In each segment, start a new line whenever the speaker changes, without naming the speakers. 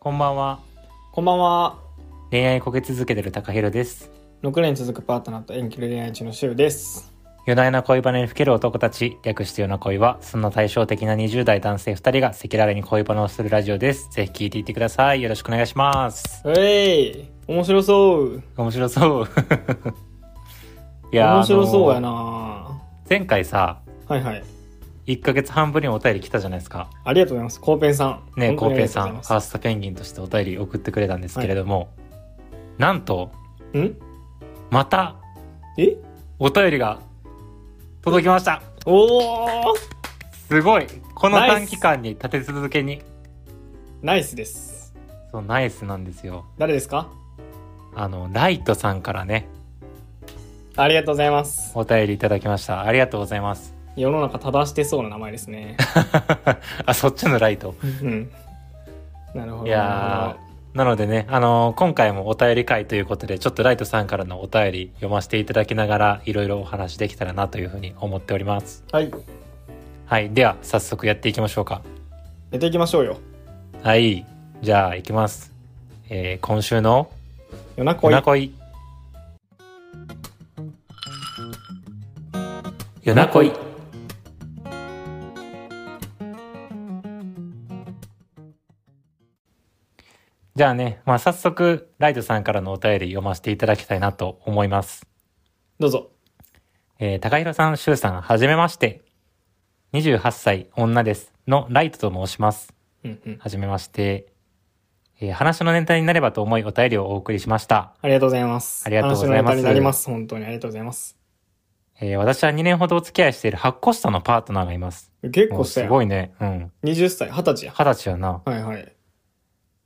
こんばんは。
こんばんは。
恋愛こけ続けてる高弘です。
6年続くパートナーと遠距離恋愛中のシュウです。
夜な夜な恋バネにふける男たち、略して夜な恋は、そんな対照的な20代男性2人が赤裸々に恋バナをするラジオです。ぜひ聞いていってください。よろしくお願いします。
うえい面白そう
面白そう。い
面白そうや
あの
な
前回さ、
はいはい。
1ヶ月半ぶりにお便り来たじゃないですか。
ありがとうございます。コーペンさん。
ね、コ
本
ー
当に
ペ
あ
イさ
りがとうござい
ん、
ま
ファーストペンギンとしてお便り送ってくれたんですけれども、なんと、
す。ん
また
え
お便りが届きました。
おー
すごいこの
ナ
短
イス
期間に立て続けに
ナイスです。
そうナイスなんですよ
誰ですか
あのライトさんからね
ありがとうございます。
お便りいただきましたありがとうございます
世の中正してそうな名前ですね。
あそっちのライト
うん。なるほど。
いやなのでねあの今回もお便り会ということでちょっとライトさんからのお便り読ませていただきながらいろいろお話できたらなというふうに思っております
はい。
はいでは早速やっていきましょうか
やっていきましょうよ。
はいじゃあいきます、えー今週の
夜な恋
夜な。恋夜な恋じゃあね、まあ、早速ライトさんからのお便り読ませていただきたいなと思います、
どうぞ。
えー、高弘さん周さんはじめまして28歳女ですのライトと申します
うんうん。
はじめまして、えー話のネタになればと思いお便りをお送りしました
ありがとうございます。
ありがとうございます
話のネタになります。本当にありがとうございます。
えー私は2年ほどお付き合いしている8個下のパートナーがいます。
結構した
す
やん
ごいね。うん。
20歳、20歳や。
20歳やな。
はいはい。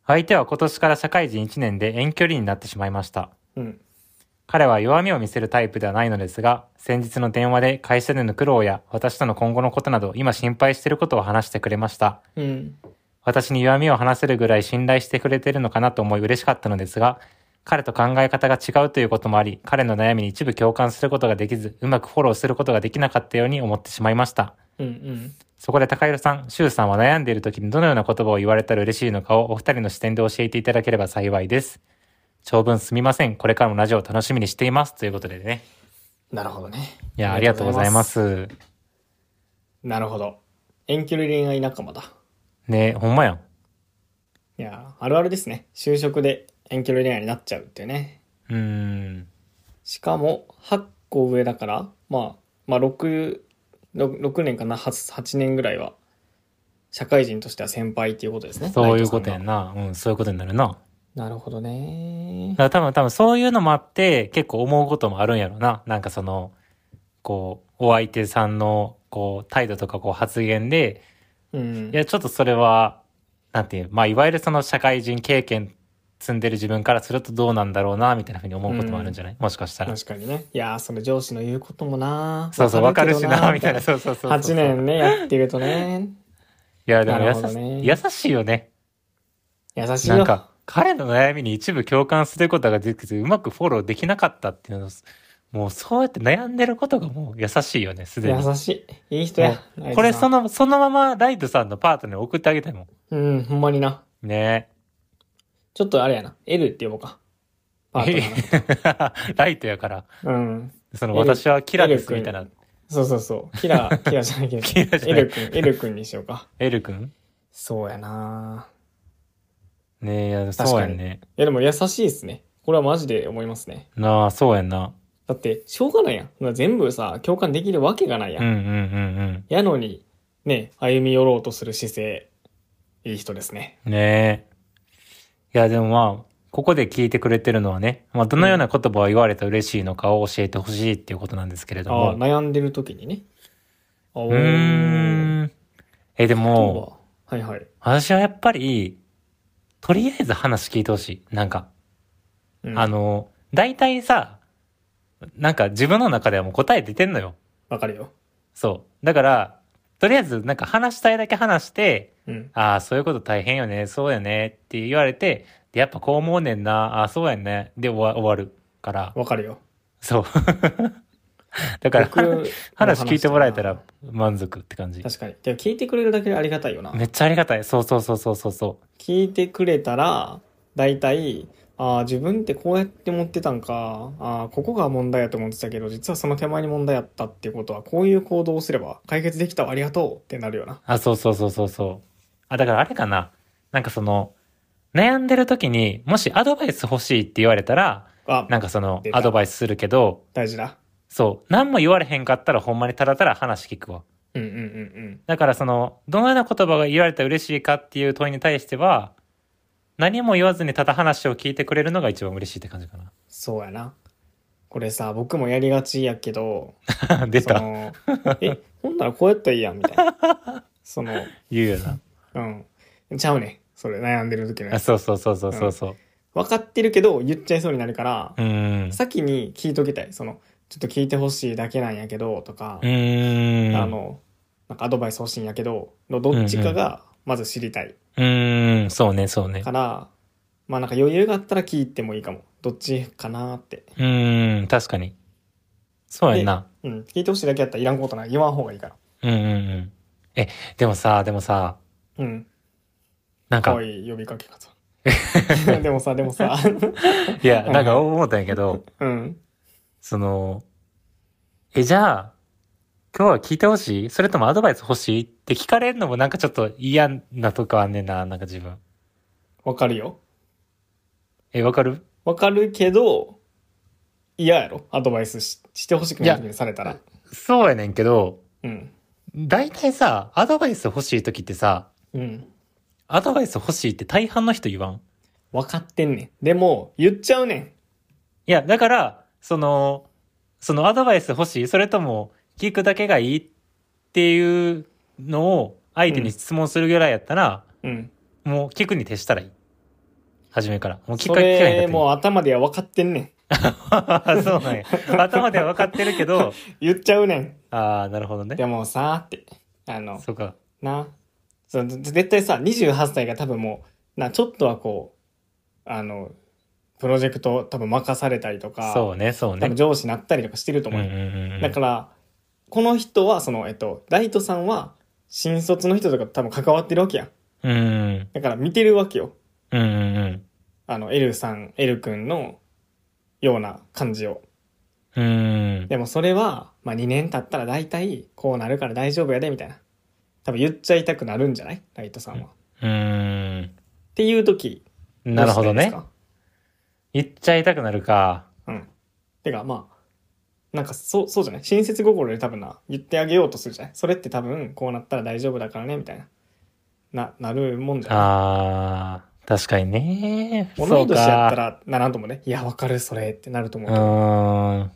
相手は今年から社会人1年で遠距離になってしまいました。
うん。
彼は弱みを見せるタイプではないのですが、先日の電話で会社での苦労や私との今後のことなど今心配していることを話してくれました。
うん。
私に弱みを話せるぐらい信頼してくれているのかなと思い嬉しかったのですが、彼と考え方が違うということもあり、彼の悩みに一部共感することができず、うまくフォローすることができなかったように思ってしまいました。
うんうん。
そこで高弘さん、周さんは悩んでいる時にどのような言葉を言われたら嬉しいのかをお二人の視点で教えていただければ幸いです。長文すみません。これからもラジオを楽しみにしています。ということでね。
なるほどね。。
いや、ありがとうございますす。
なるほど。遠距離恋愛仲間だ。
ねほんまやん。
いやー、あるあるですね。就職で遠距離恋愛になっちゃうっていうね。
うーん。
しかも、8個上だから、まあ、まあ6、6, 6年かな8、8年ぐらいは、社会人としては先輩っていうことですね。
そういうことや
内藤
な。うん、そういうことになるな。だか
さんがなるほどね。
ら多分多分そういうのもあって、結構思うこともあるんやろな。なんかその、こう、お相手さんの、こう、態度とかこう発言で、
うん
い。や、ちょっとそれは、なんていう、まあ、いわゆるその社会人経験積んでる自分からするとどうなんだろうな、みたいなふうに思うこともあるんじゃない、もしかしたら。
確かにね。いやー、その上司の言うこともな
そうそう、わかるし
けど
な、みたいな。そうそうそうそう。
8年ね、やってるとね。
いや、でも
な
優
る
し
ほどね
優しいよね。
優しいよ。
なんか、彼の悩みに一部共感することができず、うまくフォローできなかったっていうのもうそうやって悩んでることがもう優しいよね、すでに。
優しい。いい人
も
や。
うこれそ
の、
の、そのままライトさんのパートナーに送ってあげたいも
うん、ほんまにな。
ん。ね
ちょっとあれやな。L って呼ぼうか。パートナ ー
ライトやから、
の。うん。
その
エル
私はキラです
エル
み
君
たいな。
そうそうそう。キラ、 キラじゃないけど。
キラじゃない
L 君、L 君にしようか。
エル君
そうやな
ねえいや、
かに
そうやんね。
いやでも優しいですね。これはマジで思いますね。
なあ、そうやんな。
だって、しょうがないやん。まあ全部さ、共感できるわけがないや
うん
ん。
うんうん
やのに、ね、歩み寄ろうとする姿勢、いい人ですね。
うん。ねえ。いや、でもまあ、ここで聞いてくれてるのはね、まあ、どのような言葉を言われたら嬉しいのかを教えてほしいっていうことなんですけれど
あ
も。
あ、悩んでる時にね。あ
うーん。え、でも、
もう。はいはい。
私はやっぱり、とりあえず話聞いてほしい。なんか、
うん
あ、の、大体さ、なんか自分の中ではもう答え出てんのよ。
わかるよ。
そう。だから、とりあえずなんか話したいだけ話して、
うん。
ああ、そういうこと大変よね、そうやねって言われて、でやっぱこう思うねんな、ああ、そうやね、で終わ終わるから、
わかるよ。
そう。だから
僕の話
話聞いてもらえたら満足って感じ。
確かに。でも聞いてくれるだけでありがたいよな。
めっちゃありがたい。そうそうそうそうそうそう。
聞いてくれたら、大体、ああ、自分ってこうやって持ってたんか、ああ、ここが問題やと思ってたけど、実はその手前に問題やったっていうことは、こういう行動をすれば解決できたわ、ありがとうってなるよな。
あ、そうそうそうそうそう。あ、だからあれかな。なんかその、悩んでる時にもしアドバイス欲しいって言われたら、
あ、
なんかその
出、た
アドバイスするけど、
大事だ。
そう、何も言われへんかったらほんまにただただ話聞くわ。
うんうんうんうん。
だからその、どのような言葉が言われたら嬉しいかっていう問いに対しては、何も言わずにただ話を聞いてくれるのが一番嬉しいって感じか
そうやな。これさ、僕もやりがちやけど、
な。 出
そ
た。
のえ、ほんならこうやったらいいやん、みたいな。その、
言うよな。
うん。ちゃうね。それ、悩んでる時の
あ、
やつ。
そうそうそうそうそうそう。
分かってるけど、言っちゃいそうになるから、
うーん。
先に聞いときたい。その、ちょっと聞いてほしいだけなんやけど、とか
う、ーん。
あの、なんかアドバイス欲しいんやけど、のどっちかがまず知りたいう
ーん、そうね、そうね。
から、まあなんか余裕があったら聞いてもいいかも。どっちかなーって。
うーん、確かに。そうやんな。
うん。聞いてほしいだけやったらいらんことない。言わん方がいいから。
うんうんうん。え、でもさ、でもさ、
うん。
なん
か
か
わ、いい呼びかけ方。 でもさ、でもさ、
いや、なんか思ったんやけど、
うん。
その、え、じゃあ、今日は聞いてほしいそれともアドバイス欲しいって聞かれるのもなんかちょっと嫌なとこあんねんな、なんか自分。
わかるよ。
え、わかる
わかるけど、嫌やろアドバイスししてほしくない時にされたら。
そうやねんけど、
うん。
大体さ、アドバイス欲しい時ってさ、
うん。
アドバイス欲しいって大半の人言わん
分かってんねん。でも、言っちゃうねん。
いや、だから、その、そのアドバイス欲しいそれとも、聞くだけがいいっていうのを相手に質問するぐらいやったら、
うん。
もう聞くに徹したらいい。初めから。もう聞
そ
く機会
れ、
にな
もう頭では分かってんねん。
ってる。 そうなんや。頭では分かってるけど、
言っちゃうねん。
ああ、なるほどね
で。もさ、って。あの、
そうか。
な。そうぜ絶対さ、28歳が多分もう、な、ちょっとはこう、あの、プロジェクト多分任されたりとか、
そうね、そう
多
ね
分。上司になったりとかしてると
うん
思
う
う。
んうんうん
だから、この人は、その、えっと、ライトさんは、新卒の人とか多分関わってるわけやん。
うんうん
だから見てるわけよ。
うんうん
あの、L さん、L 君のような感じを。
うんうん
でもそれは、まあ2年経ったら大体こうなるから大丈夫やで、みたいな。多分言っちゃいたくなるんじゃないライトさんは。っ
うん
ていう時。
なるほど
うし
ね
たらいい。です
言っちゃいたくなるか。
か。うん。てか、まあ、なんかそう、そうじゃない親切心で多分な、言ってあげようとするじゃないそれって多分こうなったら大丈夫だからね、みたいな。な、なるもんじゃない
あー、確かにね。
同い年やっ
ら。
たらならんともね、いや、わかる、それってなると思う
う
けど。
ーん。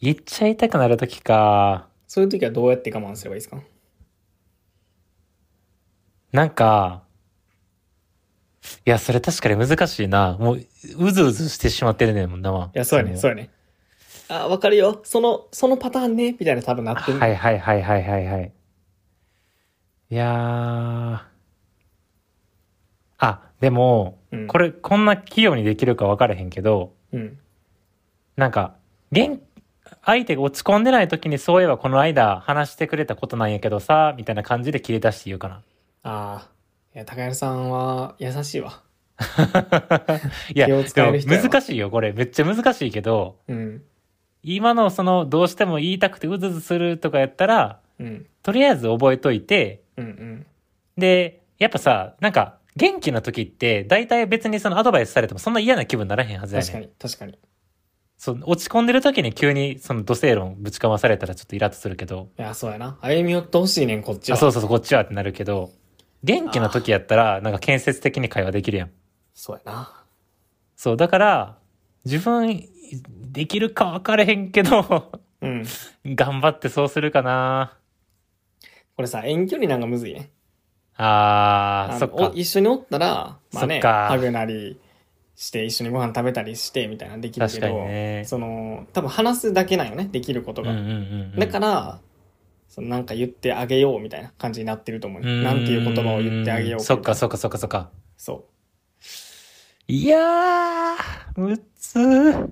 言っちゃいたくなるときか。
そういう時はどうやって我慢すればいいですか
なんか、いや、それ確かに難しいな。もう、うずうずしてしまってるねんもんな。い
いや、そうやね、そうやね。あ、わかるよ。その、そのパターンね、みたいな多分なってる。
はいはいはいはいはいはい。いやー。あ、でも、
うん
これ、こんな器用にできるか分からへんけど、
うん。
なんか、元相手が落ち込んでない時にそういえばこの間話してくれたことなんやけどさ、みたいな感じで切り出して言うかな。
ああ。いや、高谷さんは優しいわ。
いや、
気を使える
で
人やわ
も難しいよ、これ。めっちゃ難しいけど、
うん。
今のその、どうしても言いたくてうずうずするとかやったら、
うん。
とりあえず覚えといて、
うんうん。
で、やっぱさ、なんか、元気な時って、大体別にそのアドバイスされてもそんな嫌な気分にならへんはずやねん
確かに、確かに。い
そう、落ち込んでる時に急にその土星論ぶちかまされたらちょっとイラッとするけど、
や、そうやな。歩み寄ってほしいねん、こっち
あ
は。。
そううそうそうこっちはってなるけど元気な時やったらなんか建設的に会話できるやん
そうやな。
そうだから自分できるか分かれへんけど
うん。
頑張ってそうするかな
これさ、遠距離なんかむずいね。
あー
の
そっか
お一緒におったら、まあ
そ
ね
っ、か
ハグなりして、一緒にご飯食べたりして、みたいなのできるけ
確
ど、
かにね
その、多分話すだけなんよね、できること
うん
が。
うんうんうん
だから、そのなんか言ってあげようみたいな感じになってると思う。
うーん
なんていう言葉を言ってあげようみた
そ
い
っ
な
かそっかそっかそっか
そう。
いやーむっつー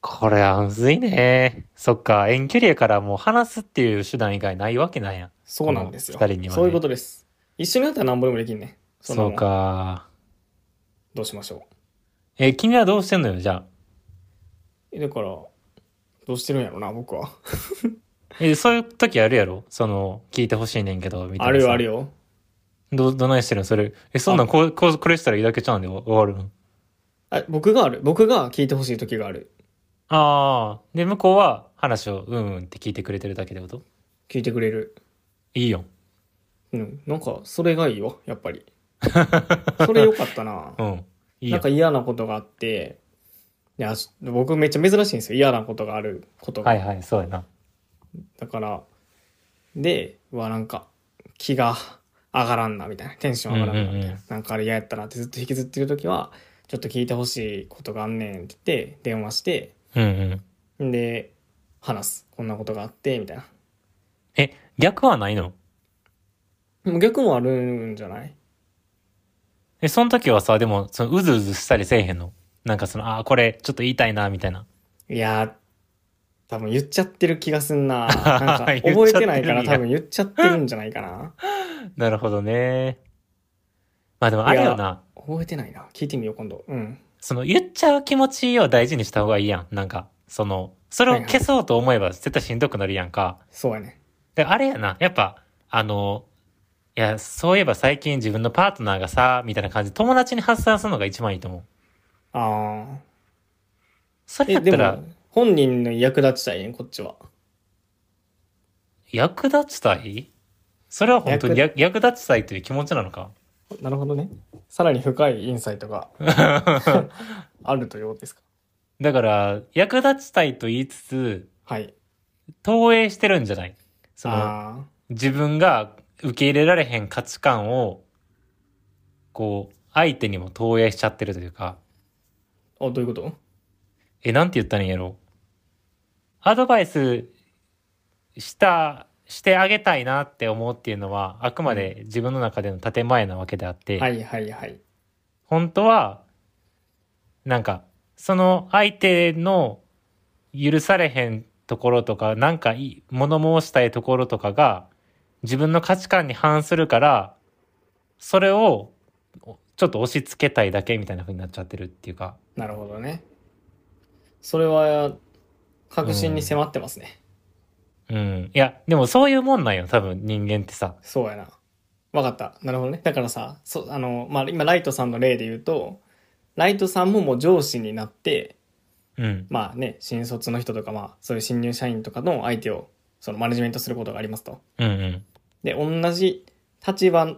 これはむずいね。そっか、遠距離やからもう話すっていう手段以外ないわけなんや。
そうなんですよ。
この二人にはね
そういうことです。一緒になったら何ぼでもできんね。んな
そ
もん
う。か。
どうしましょ
え、君はどうしてんのよ、じゃあ。
う。えだから、どうしてるんやろな、僕は。
え、そういう時あるやろその、聞いてほしいねんけど、みたいな。
あるよ、ある
よ。
よ。
ど、どないしてるのそれ。え、そんなんこう、こう、これしたらいいだけちゃうんで終わるん。
あ僕がある。僕が聞いてほしい時がある。
ああ。で、向こうは話をうんうんって聞いてくれてるだけってこと
聞いてくれる。
いいよ。
うん。なんか、それがいいよ、やっぱり。 それよかったな。
うん。いいよ
なんか。嫌なことがあって、いや、し僕めっちゃ珍しいんですよ。嫌なことがあることが。
はいはい、そうやな。
だから、で、うわ、なんか、気が上がらんな、みたいな。テンション上がらんな、みたいな。
うんうんうん
なんかあれ嫌やったなってずっと引きずってる時は、ちょっと聞いてほしいことがあんねんって言って、電話して、
うんうん。
んで、話す。こんなことがあって、みたいな。
え、逆はないの
でも逆もあるんじゃない
え、その時はさ、でも、その、うずうずしたりせえへんのなんかその、ああ、これ、ちょっと言いたいな、みたいな。
いやー、多分言っちゃってる気がすん な。なんか
言っちゃってるんや
覚えてないから多分言っちゃってるんじゃないかな。
なるほどね。まあでも、あれよ
い
な。
覚えてないな。聞いてみよう、今度。うん。
その、言っちゃう気持ちを大事にした方がいいやん。なんか、その、それを消そうと思えば絶対しんどくなるやんか。
そうやね。
で、あれやな。やっぱ、あの、いや、そういえば最近自分のパートナーがさ、みたいな感じで友達に発散するのが一番いいと思う。
あ
そ
あ。
れや
え、
っ
で
たら
も、、本人の役立ちたいね、こっちは。
役立ちたいそれは本当に役役立ちたいという気持ちなのか
なるほどね。さらに深いインサイ トがあるということですか。
だから、役立ちたいと言いつつ、
はい。
投影してるんじゃないその、
ああ。
自分が受け入れられへん価値観を、こう、相手にも投影しちゃってるというか、
あ、どういうこと
え、なんて言ったらいいんやろアドバイスした、してあげたいなって思うっていうのは、あくまで自分の中での建前なわけであって、
はいはいはい。
本当は、なんか、その相手の許されへんところとか、なんかいい物申したいところとかが、自分の価値観に反するから、それを、おちょっと押し付けたいだけみたいな風になっちゃってるっていうか。
なるほどね。それは、確信に迫ってますね。
うん。いや、でもそういうもんなんよ、多分人間ってさ。
そうやな。わかった。なるほどね。だからさ、そあの、まあ、今、ライトさんの例で言うと、ライトさんももう上司になって、
うん。
まあね、新卒の人とか、まあ、そういう新入社員とかの相手を、そのマネジメントすることがありますと。
うんうん。
で、同じ立場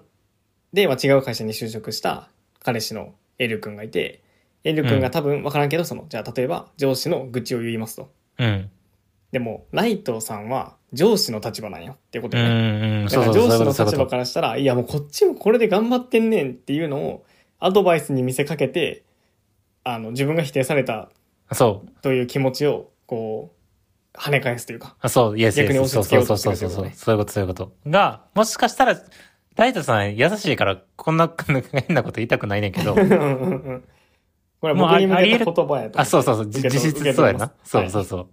で、まあ、違う会社に就職した彼氏のエル君がいて、エル君が多分分からんけど、その、じゃあ例えば上司の愚痴を言いますと。
うん。
でも、ライトさんは上司の立場なんよっていうこと
う
よね。
んうん。
だ
そう
か
そ
ら
うそう
上司の
そういう
立
こ
場
と。
からしたら、いやもうこっちもこれで頑張ってんねんっていうのをアドバイスに見せかけて、あの、自分が否定された
そう。
という気持ちを、こう、跳ね返すというか。
あ、そう、イエス、イエ
逆に
ス。
押
そう
し付け
そ
よ
う
う
そ
と
う
して
そうそ
る
う。そうい
ってことね
うこと、そういうこと。が、もしかしたら、ライトさん優しいから、こんな変なこと言いたくないねんけど、
うんうんうんこれは
もうあ
僕に向
あり
け
え
た
る
言葉やと。
あ、そうそうそう、じ
受け
実
取
質そうやな。そう
受
そうそう。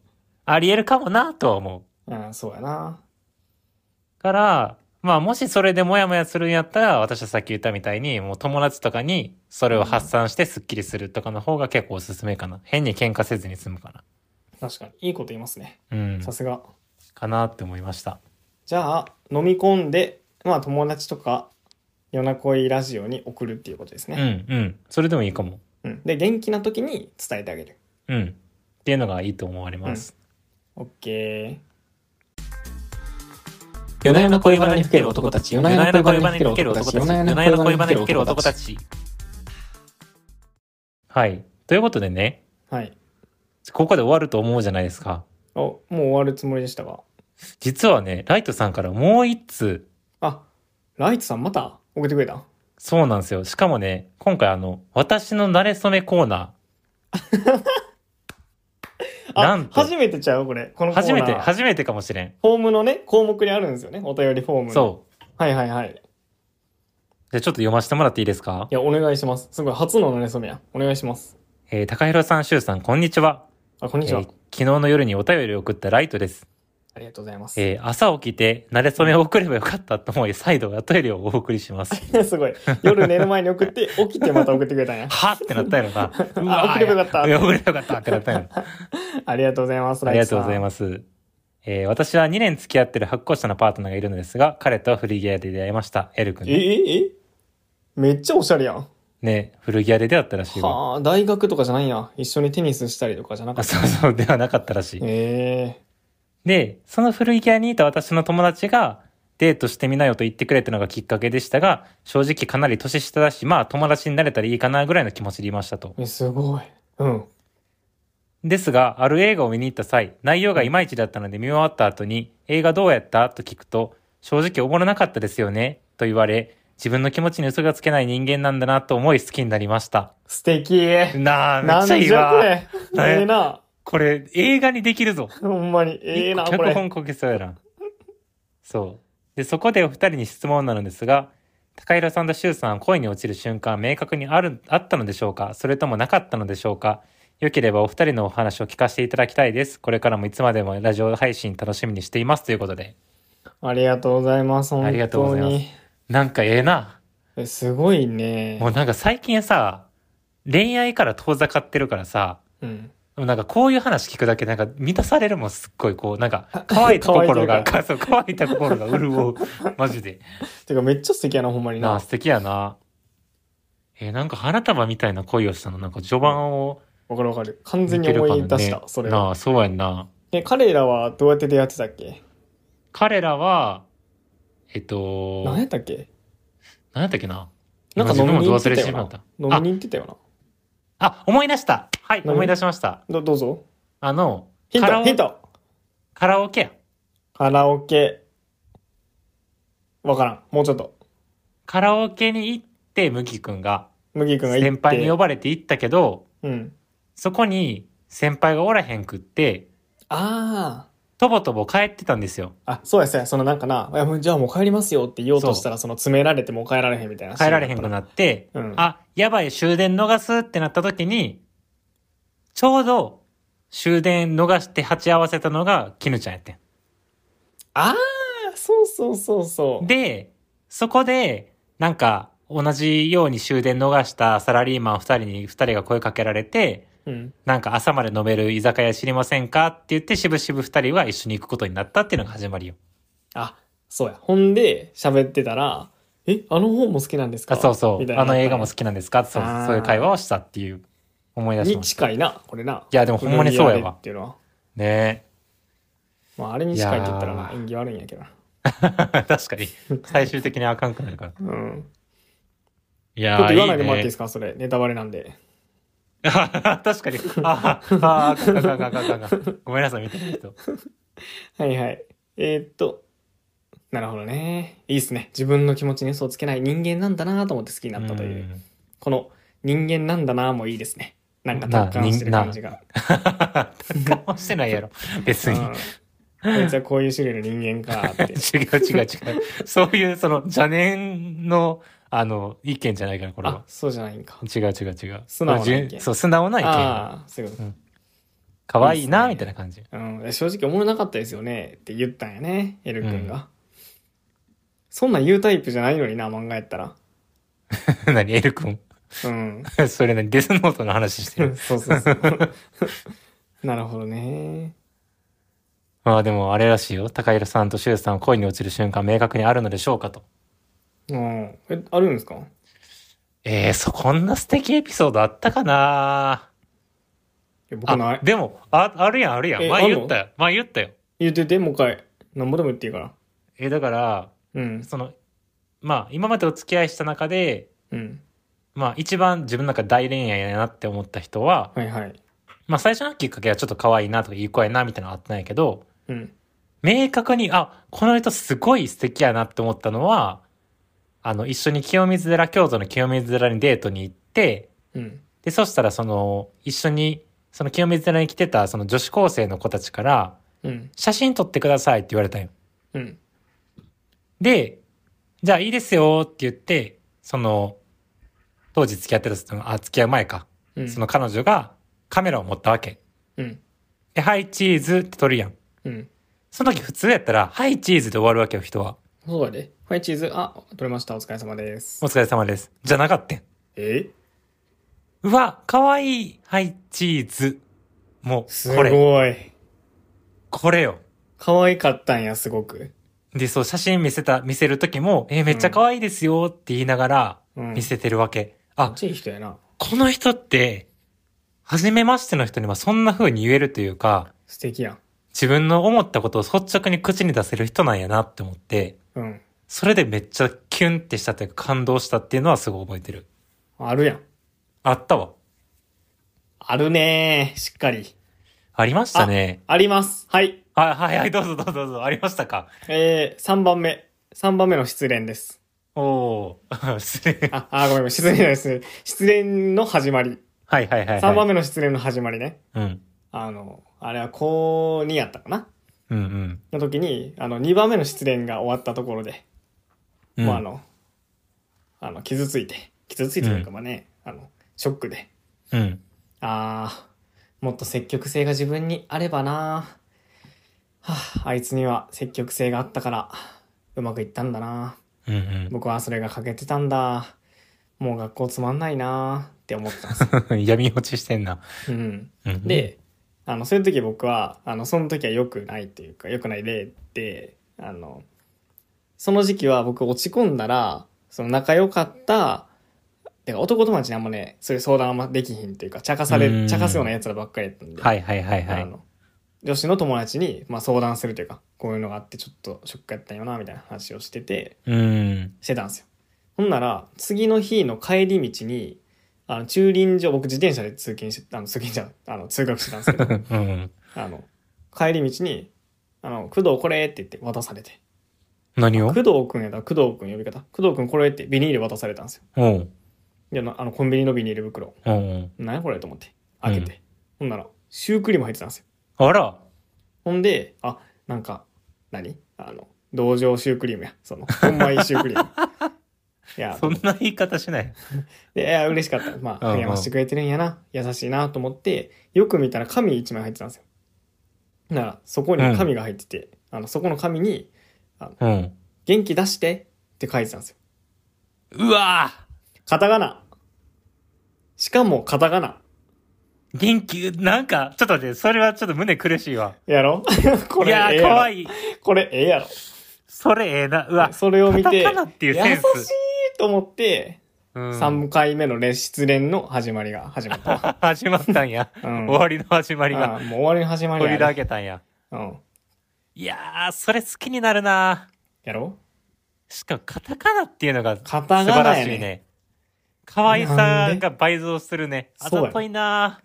ありえるかもな、とは思
け取りますはいうん、そうやな。
う。から、まあ、もしそれでモヤモヤするんやったら、私はさっき言ったみたいに、もう友達とかに、それを発散してスッキリするとかの方が結構おすすめかな。変に喧嘩せずに済むか
確かに。いいこと言いますね。
な。うん。
さすが。
かなって思いました。
じゃあ、飲み込んで、まあ友達とか、夜な恋ラジオに送るっていうことです
うん、
ね。
うん。それでもいいかも。
うんで、元気な時に伝えてあげる。
うん。っていうのがいいと思われます。
OK。
夜な夜な恋
バナにふける男たち夜な夜な恋バナにふける男たち
夜な夜な恋バナにふける男たちはい。ということでね、
はい。
ここで終わると思うじゃないですか。
お、もう終わるつもりでしたが。
実はね、ライトさんからもう一通、
あ、ライトさんまた送ってくれた
そうなんですよ。しかもね、今回あの、私の慣れ初めコーナー。
あ、
なんと、
初めてちゃうこれ。このコーナ
初
ー
めて、初めてかもしれん。
フォームのね、項目にあるんですよね。お便りフォームの
そう。
はいはいはい。
じゃあちょっと読ませてもらっていいですか
いや、お願いします。すごい、初のなれそめや。お願いします。
えー、高弘さん、しゅうさん、こんにちは。
あ、こんにちは。
えー昨日の夜にお便りを送ったライトです。
ありがとうございます。
えー朝起きて、慣れ初めを送ればよかったと思い、再度お便りをお送りします。
すごい。夜寝る前に送って、起きてまた送ってくれたんや。
はってなったやろな。う
あ送ればよかった
いや送ればよかったってなった んやろ。
ありがとうございます。
ありがとうござい
す。
ます。えー私は2年付き合ってる発行者のパートナーがいるのですが、彼とは古着屋で出会いました。エル君
え、
ね。
え、えめっちゃおしゃれやん。
ね、古着屋で出会ったらしいわ。
はあ、大学とかじゃないんや。一緒にテニスしたりとかじゃなか
あ、
った。
そうそう、ではなかったらしい。
え
で、その古着屋にいた私の友達が、デートしてみなよと言ってくれたのがきっかけでしたが、正直かなり年下だし、まあ友達になれたらいいかなぐらいの気持ちでいましたと。
え、え、すごい。うん。
ですが、ある映画を見に行った際、内容がいまいちだったので見終わった後に、映画どうやったと聞くと、正直おもろなかったですよねと言われ、自分の気持ちに嘘がつけない人間なんだなと思い好きになりました。
素敵。
なあ、め
な
っ
ん
ち
じ
ゃ
ゃ
いいわ。
これ。
ね
ええな。
これ映画にできるぞ。
ほんまに。ええな、こ
脚
れ。
本こけそうやな。そう。で、そこでお二人に質問なのですが、高平さんと周さんは恋に落ちる瞬間、明確にある、あったのでしょうかそれともなかったのでしょうかよければお二人のお話を聞かせていただきたいです。これからもいつまでもラジオ配信楽しみにしていますということで。
ありがとうございます。
ありがとうございます
本当に
なんかええな。
え、すごいね
も。うなんか最近さ、恋愛から遠ざかってるからさ、
うん。
もうなんかこういう話聞くだけなんか満たされるもんすっごいこうなん か乾いた心が
乾
そう乾いた心が潤うマジで
てか、めっちゃ素敵やな、ほんまに
なあ
な。
素敵やなえーなんか花束みたいな恋をしたのなんか序盤を
わかるわかる。完全
抜
に
ける
思
か
い
の
出
ね
した、それは。
なあそうやんな
え、彼らはどうやって出会ってたっけ
彼らはえっと
何やったっけ
何やったっけな
なんか
今
飲みに行っ
自分もどう忘
て
れしててしま
よ
った
な。飲みに行ってたよ
あ思い出したはい
何
思い出しました
な。どどうぞ。
あの
ヒン
カラオ
ト、ヒント。
カラオケや
カラオケ。わからん。もうちょっと。
カラオケに行って麦君が
麦君が行って。
先輩に呼ばれて行ったけど
うん。
そこに先輩がおらへんくって
あ
とぼとぼ帰ってたんですよ
あ。あ、そうやそうや。そのなんかな、いやもうじゃあもう帰りますよって言おうとしたら、その詰められてもう帰られへんみたいな。
帰られへんくなって
うん。
あ、やばい、終電逃すってなった時に、ちょうど終電逃して鉢合わせたのが絹ちゃんやって
あーそうそうそうそ
ん。
う。
で、そこで、なんか、同じように終電逃したサラリーマン二人に二人が声かけられて、
うん。
なんか朝まで飲める居酒屋知りませんかって言って、しぶしぶ二人は一緒に行くことになったっていうのが始まりよ。
あ、そうや。ほんで、喋ってたら、え、あの本も好きなんですか
あ、そうそ。
みたいうな
あの映画も好きなんですかそう
あー
そういう会話をしたっていう思い出し
に
ました。
近いな、これな。
いや、でもほんまにそうや
古着屋で
わ
っ。ていうのは。
ね
まあ、あれに近いって言ったら
いや
な、
ー
演技悪いんやけどな。
え。 確かに。最終的にあかんくなるから。
うん。
い
ち
や
ょっと
ー
言わないでもらっていいで
ね
すか、それ。ネタバレなんで。
確かに。あーあー、あかんあかんあかんあかんごめんなさい、見てない人。
はいはい。えーっと、なるほどね。いいっすね。自分の気持ちに嘘をつけない人間なんだなと思って好きになったとい
う
う。
ん
この人間なんだなもいいですね。なんか達観してる感じが。
達観してないやろ。別に。
うん、こいつはこういう種類の人間かっ て。
違う違う違う。そういう、その、邪念の、あの、意見じゃないから、これ
あ
は、。
そうじゃないんか。
違う違う違う。
素直な意見
純そう、素直な意見。
ああ、そういうこと。
かわいいな、
いい
み
っすね
たいな感じ。
うん、正直おもろなかったですよねって言ったんやね、エル君が。
う
そんなん言うタイプじゃないのにな、漫画やったら。
何、エル君。
うん。
それ何、デスノートの話してる。
そうそう そう。なるほどね。
まあでも、あれらしいよ。高平さんと周さんは恋に落ちる瞬間、明確にあるのでしょうかと。
うん。え、あるんですか
えー、そ、こんな素敵エピソードあったかな
え僕な
あ
い、。
でも、あ、あるやん、あるやん。
え
前言ったよ。前言ったよ。
言ってて、もう一回。なんぼでも言っていいから。
え、だから、
うん。
その、まあ、今までお付き合いした中で、
うん。
まあ、一番自分の中で大恋愛やなって思った人は、
はいはい。
まあ、最初のきっかけはちょっと可愛いなとか、いい子やな、みたいなのあったんやけど、
うん。
明確に、あ、この人すごい素敵やなって思ったのは、あの、一緒に清水寺、京都の清水寺にデートに行って、
うん。
で、そしたらその、一緒に、その清水寺に来てた、その女子高生の子たちから、
うん。
写真撮ってくださいって言われたんよ。
うん。
で、じゃあいいですよって言って、その、当時付き合ってた人の、あ、付き合う前か。
うん。
その彼女がカメラを持ったわけ。
うん。
え、はい、チーズって取るやん。
うん。
その時普通やったら、はい、チーズで終わるわけよ、人は。
そうだね。はい、チーズ。あ、取れました。お疲れ様です
お。疲れ様です。じゃなかったん。
え
うわ、かわいい。はい、チーズ。も
す
う、これ、
ごい。
これよ。
可愛かったんや、すごく。
で、そう、写真見せた、見せる時も、えーめっちゃ可愛いですよって言いながら、
うん
見せてるわけ。
め
あ
っ、ちゃいい人やな。
この人って、初めましての人にはそんな風に言えるというか、
素敵やん。
自分の思ったことを率直に口に出せる人なんやなって思って、
うん。
それでめっちゃキュンってしたというか感動したっていうのはすごい覚えてる。
あるやん。
あったわ。
あるねー。しっかり。
ありましたね。
あります。はい。
あ、はいはい、どうぞどうぞどうぞ。ありましたか。
えー、3番目。3番目の失恋です。
おー。 失礼。
あ、あ、ごめんごめん、失恋じゃないですね。失恋の始まり。
はいはいはい、はい。
3番目の失恋の始まりね。
うん。
あの、あれは高2やったかな
うんうん。
の時に、あの、2番目の失恋が終わったところで、
うん、
もうあの、あの、傷ついて、傷ついてというかまあね、あの、ショックで、
うん。
あー、もっと積極性が自分にあればなはあ、あいつには積極性があったから、うまくいったんだな
うんうん。
僕はそれが欠けてたんだ。もう学校つまんないなって思ったんです よ。
闇落ちしてんな。
うん。
うん、
で、あの、そういう時僕は、あの、その時は良くないっていうか、良くない例で、あの、その時期は僕落ち込んだら、その仲良かった、てか男友達にあんまね、そういう相談あんまできひんっていうか、茶化さ
う
れ、
ん
茶化すような奴らばっかりやったんで、
はいはいはいは
あ
い。
の、女子の友達に、まあ、相談するというか、こういうのがあってちょっとショックやったんよな、みたいな話をしてて、
うん。
してたんですよ。ほんなら、次の日の帰り道に、あの、駐輪場、僕自転車で通勤して、あの、通勤じゃないあの、通学してたんですけ
う
ど、
ん。
あの、帰り道に、あの、工藤これって言って渡されて、
何を
工藤くんやったら工藤くん呼び方、工藤くんこれってビニール渡されたんですよ。
おう。
で、あの、あのコンビニのビニール袋、
おう
何やこれと思って、開けて、ほんなら、シュークリーム入ってたんですよ。
おう。あら。
ほんで、あ、なんか、何あの、同情シュークリームや、その、本米シュークリ ーム。いや、
そんな言い方しない。
で、いや嬉しかった。ま
うん
あ、
うん
励ましてくれてるんやな。優しいなと思って、よく見たら紙一枚入ってたんですよ。なら、そこに紙が入ってて、あの、そこの紙に、
うん。
元気出してって書いてたんですよ。
うわぁ
カタカナ。しかも、カタカナ。
元気、なんか、ちょっと待って、それはちょっと胸苦しいわ。
やろ こ
い
れ、
や
ええ
ー、
や
か
ろ
わいい。
これ、ええやろ。
それええな。うわ、
それを見て、
カタカナっていうセンス
優しいと思って、
うん、
3回目のね失恋の始まりが始まった。
始まったんや。
うん
終わりの始まり
あ
が。
ーもう終わりの始まり
取り
や
上
ね。
げたんや。
うん。
いやー、それ好きになるな
やろ
しかも、カタカナっていうのが素
カタ
晴
カ
ら
ナ
し
や
い
ね。
ね。可愛
な
さ
んで
が倍増するね。あ
そうや
ざといな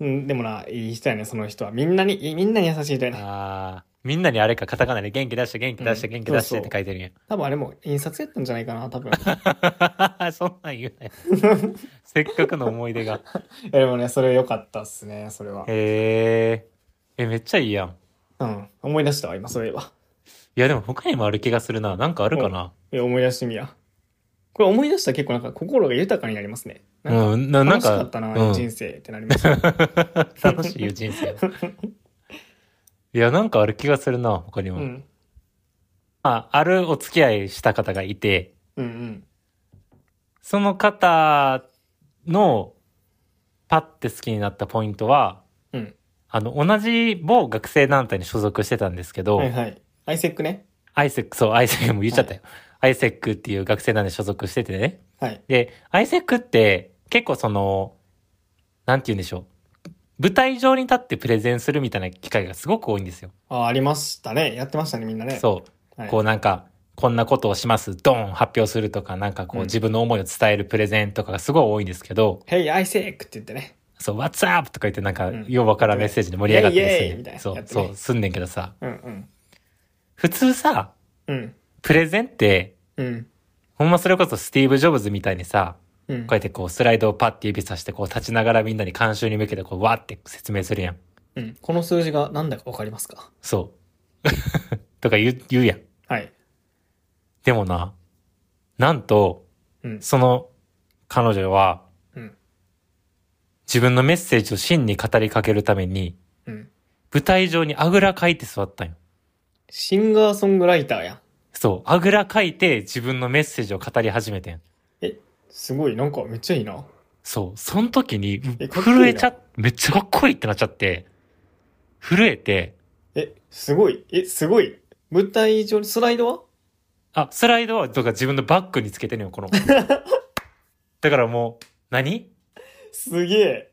うん、でもな、いい人やね、その人は。みんなに、いいみんなに優しい人やね。
あーみんなにあれか、カタカナで元気出して、元気出して、
うん
元気出して
そう
っ
そう
て書いてるんや。
多分あれも印刷やったんじゃないかな、多分。
そんなん言うなよ。 せっかくの思い出が。
えでもね、それ良かったっすね、それは。
へーえ、めっちゃいいやん。い
うん。思い出したわ、今、そういえば。
や、でも他にもある気がするな。なんかあるかな。
いや思い出してみや。これ思い出したら結構なんか心が豊かになりますね。なんか
うん、ななん
楽し
か。
かったな、
うん
人生ってな りました。
楽しいよ、人生。いや、なんかある気がするな、他に
う
も。
ん。
まあ、あるお付き合いした方がいて、
うんうん。
その方のパッて好きになったポイントは、
うん。
あの、同じ某学生団体に所属してたんですけど、
はいはい。アイセックね。
アイセック、そう、アイセックもう言っちゃったよ。アイセックっていう学生団体に所属しててね。
はい。
で、アイセックって結構その、なんて言うんでしょう。舞台上に立ってプレゼンするみたいな機会がすごく多いんですよ。
あ、ありましたね。やってましたね、みんなね。
そう。
う。はい、
こうなんか、こんなことをします、ドン発表するとか、なんかこ
う
うん自分の思いを伝えるプレゼンとかがすごい多いんですけど、
Hey, アイセックって言ってね。
そう、What's up! とか言ってなんか
うん、
ようわからんメッセージで盛り上がったり
イエイイエイ
す
みた
る。
いな
そ
や
う、
つね
そう、すんねんけどさ、
うんうん。
普通さ、
うん。
プレゼンって、
うん。
ほんまそれこそスティーブ・ジョブズみたいにさ、
うん
こう。やってこうスライドをパッて指さしてこう立ちながらみんなに監修に向けてこうわーって説明するやん。
うん。この数字が何だかわかりますか
そう。 とか言う、言うやん。
はい。
でもな、なんと、
うん。
その彼女は
うん。
自分のメッセージを真に語りかけるために、
うん。
舞台上にあぐらかいて座ったんよ。
シンガーソングライターやん。
そう、あぐらかいて自分のメッセージを語り始めてん。
え、すごい、なんかめっちゃいいな。
そう、その時に
えかっこいいな
震えちゃ、めっちゃかっこいいってなっちゃって、震えて、
え、すごい、え、すごい。舞台上にスライドは
あ、スライドはとか自分のバッグにつけてんのよ、 この。だからもう、何
すげえ。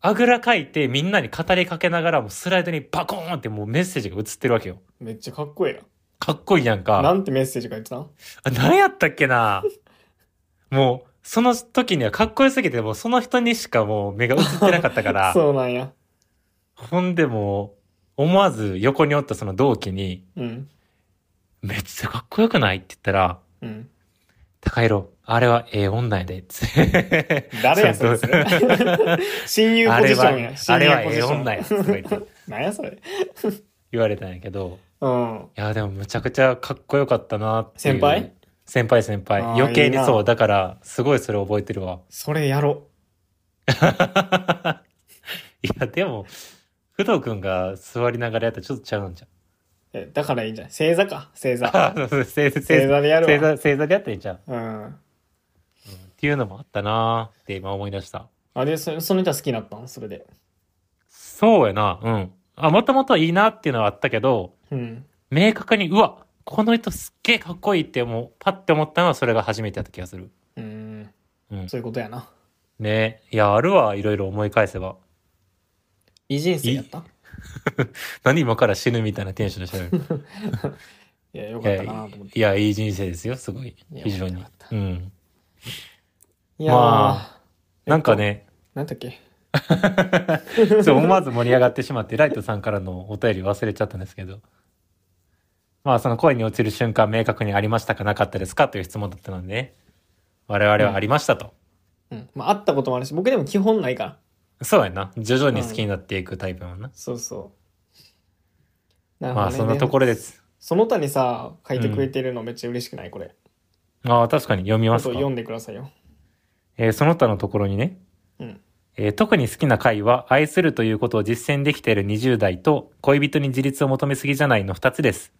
あぐらかいてみんなに語りかけながらもスライドにバコーンってもうメッセージが映ってるわけよ。
めっちゃかっこええ
かっこいいやん
な。
か。
なんてメッセージ書いてたん
あ、何やったっけなもう、その時にはかっこよすぎて、もうその人にしかもう目が映ってなかったから、
そうなんや。
ほんでもう、思わず横におったその同期に、
うん。
めっちゃかっこよくないって言ったら、
うん。
高色、あれはええ女や で、つって。
誰 やそいつ
う う
親友
あ
ポ
れ
ジシ
は
ョンや。、
あ
親
れは
友ポ
え
ジ
え
ション。
女や、とか言って
なんやそれ。
言われたんやけど、
うん。
いや、でもむちゃくちゃかっこよかったなっていう
先輩
先輩先輩。
あー
余計に
いいな
そう。だから、すごいそれ覚えてるわ。
それやろ。
いや、でも、工藤くんが座りながらやったらちょっとちゃうんじゃん。
えだからいいんじゃん。正座か、正座。
あそうそう正座
正座でや
正
るわ。
座正座でやったらいいじゃん。っ
うん。
ていうのもあったなーって今思い出した。
あれ、そその人は好きになったんそれで。
そうやな。うん。あ、もともといいなっていうのはあったけど、
うん。
明確に、うわ、この人すっげえかっこいいってもう、パッて思ったのはそれが初めてやった気がする。
うん。
うん。
そういうことやな。
ねいや、あるわ、いろいろ思い返せば。
いい人生やったい
何今から死ぬみたいなテンションでしゃ べる。
や、よ
い
かっ
や
た
い
なと思って。
いや、いい人生ですよ、すごい。
いや
非常に
よかっ。た
うん。
い
や
や
まなんか。ね、
なんだっけ
そう思わず盛り上がってしまって、ライトさんからのお便り忘れちゃったんですけど。まあ、その声に落ちる瞬間、明確にありましたかなかったですかという質問だったのでね。我々はありましたと。
うん。まあ、会ったこともあるし、僕でも基本ないから。
そうやな。徐々に好きになっていくタイプやもんな。
そうそう。なるほ
ま
ど
あ、
ね
そんなところで。。
ですその他にさ、書いてくれてるのめっちゃ嬉しくないこれ。
ああ、確かに読み
ちょ
ま
っ
す
と
か。
読んでくださいよ。
えーその他のところにね、
うん。
えー特に好きな回は、愛するということを実践できている20代と、恋人に自立を求めすぎじゃないの2つです。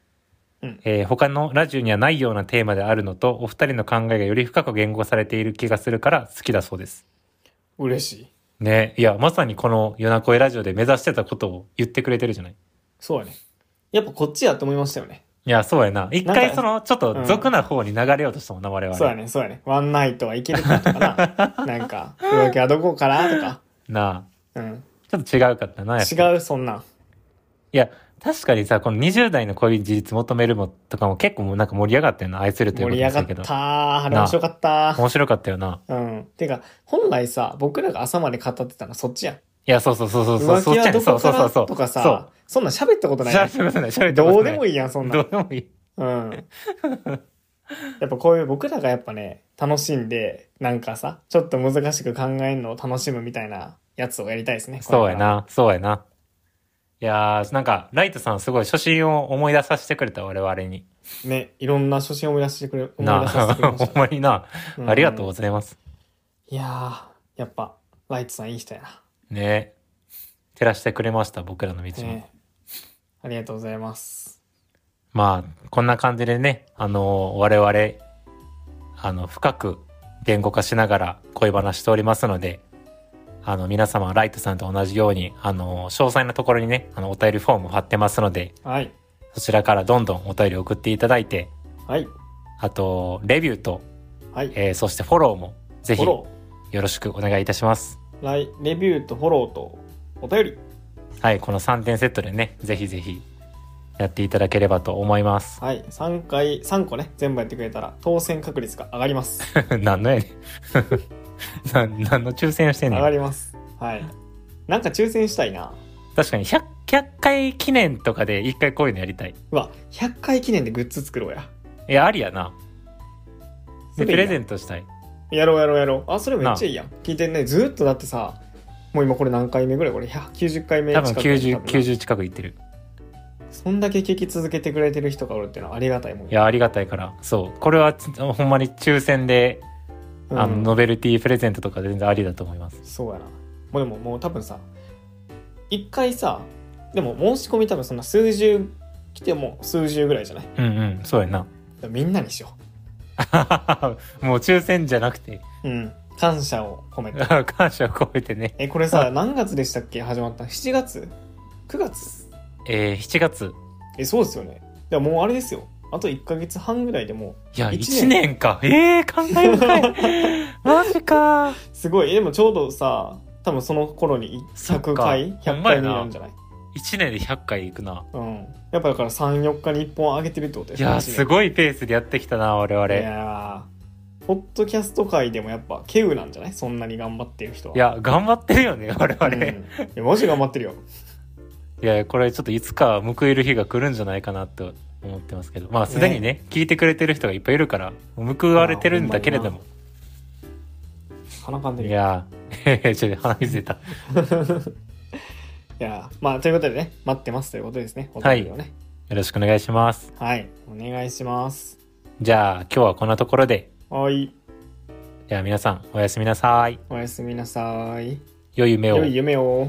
うん
えー他のラジオにはないようなテーマであるのと、お二人の考えがより深く言語されている気がするから好きだそうです。
嬉しい。
ねいや、まさにこの夜な声ラジオで目指してたことを言ってくれてるじゃない。
そうやね。やっぱこっちやと思いましたよね。
いや、そうやな。一回
なんか
その、ちょっと俗な方に流れようとしたもんな、我々。
そうやね、そうやね。ワンナイトはいけるかとか な。なんか、浮気はどこからとか。
なあ。
うん。
ちょっと違うかったな、やっぱ
違う、そんなん。
いや、確かにさ、この20代の恋事実求めるもとかも結構もうなんか盛り上がったよな、愛するというこ
盛
と
り
で
上
し
が
た
っ
け
た
ど。
ー。あれ面白かったー。
面白かったよな。
うん。てか、本来さ、僕らが朝まで語ってたのそっちやん。
いや、そうそうそうそうそう、
浮
そう
気
ちゃ
は
ん、
ど
そ
こ
うそ
か
うそう
ら
そう。
とか
そう
さ、そんなん喋ったことないやん。
喋ってない、喋って
どうでも
いい。
いいやん、そんな
ど
ん
う。でもいい。
うん。やっぱこういう僕らがやっぱね、楽しんで、なんかさ、ちょっと難しく考えるのを楽しむみたいなやつをやりたいですね。
そうや
これから。
な、そうやな。いやー、なんか、ライトさんすごい初心を思い出させてくれた、我々に。
ね、いろんな初心を思い出してくれ、思い
な
出させ
あ、
てくれ ま
ほ
し
んまにな、
た。
ありがとうご
ん
ざいます。
いやー、やっぱ、ライトさんいい人やな。
ね照らしてくれました、僕らの道も。
ね、ありがとうございます。
まあ、こんな感じでね、あのー我々、あの、深く言語化しながら恋話しておりますので、あの、皆様、ライトさんと同じように、あのー詳細なところにね、あの、お便りフォーム貼ってますので、
はい。
そちらからどんどんお便り送っていただいて、
はい。
あと、レビューと、
はい。
えーそしてフォローも、ぜ
フ
ひ、
ォ
よ
ロ
ろしくお願いいたします。
ー、ライレビューとフォローとお便り。
はい、この3点セットでね、ぜひぜひ、やっていただければと思います。
はい。3回、3個ね、全部やってくれたら、当選確率が上がります。
何のやねん。 な何の抽選をしてんね
上
ん
が。ります。はい。 なんか抽選したいな。
確かに 100, 100回記念とかで一回こういうのやりたい。
うわ、100回記念でグッズ作ろうや。
いや、ありやな。で、
それ
プ
いいな
レゼントしたい。
やろうやろうやろう。あ、それめっちゃいいやん。聞いてんね。ずーっとだってさ、もう今これ何回目ぐらいこれ190回目
多
近
分
く
90、
90。
90近くいってる。
そんだけ聞き続けてくれてる人がおるっていうのはありがたいもん
いや、ありがたいから。そう。これはつほんまに抽選で、
うん
あの、ノベルティプレゼントとか全然ありだと思います。
そうやな。もうでももう多分さ、一回さ、でも申し込み多分そんな数十来ても数十ぐらいじゃない
うんうんそうやな
でもみんなにしよ
もう抽選じゃなくて
ううん感謝を込めて
感謝を込めてね
えこれさ何月でしたっけ始まったの7月9月
えー、7月
えそうですよねでももうあれですよあと1か月半ぐらいでも
いや1
一
年
年
かえー、感慨深い マジか
うすごいえでもちょうどさ多分その頃に
そっか
100回
ほん
100
まや
回
な
目なんじゃない
1年で100回いくな
うんやっぱだから34日に1本上げてるってこと
いやーす
い
ごいペースでやってきたな我々
いやーポッドキャスト界でもやっぱ稀有なんじゃないそんなに頑張ってる人はい
や頑張ってるよね 我
あ
々、
いやマジ頑張ってるよ
いやこれちょっといつか報いる日が来るんじゃないかなと思ってますけどまあすでにね聞いてくれてる人がいっぱいいるから報われてるんだけれども
鼻かんで
い
るよ
や ーちょっと鼻水出た
いやーまあということでね待ってますということですねお便りをね
よろしくお願いします
はい、お願いします
じゃあ今日はこんなところで
はい
では皆さんおやすみなさい
おやすみなさい
良い夢を
良い夢を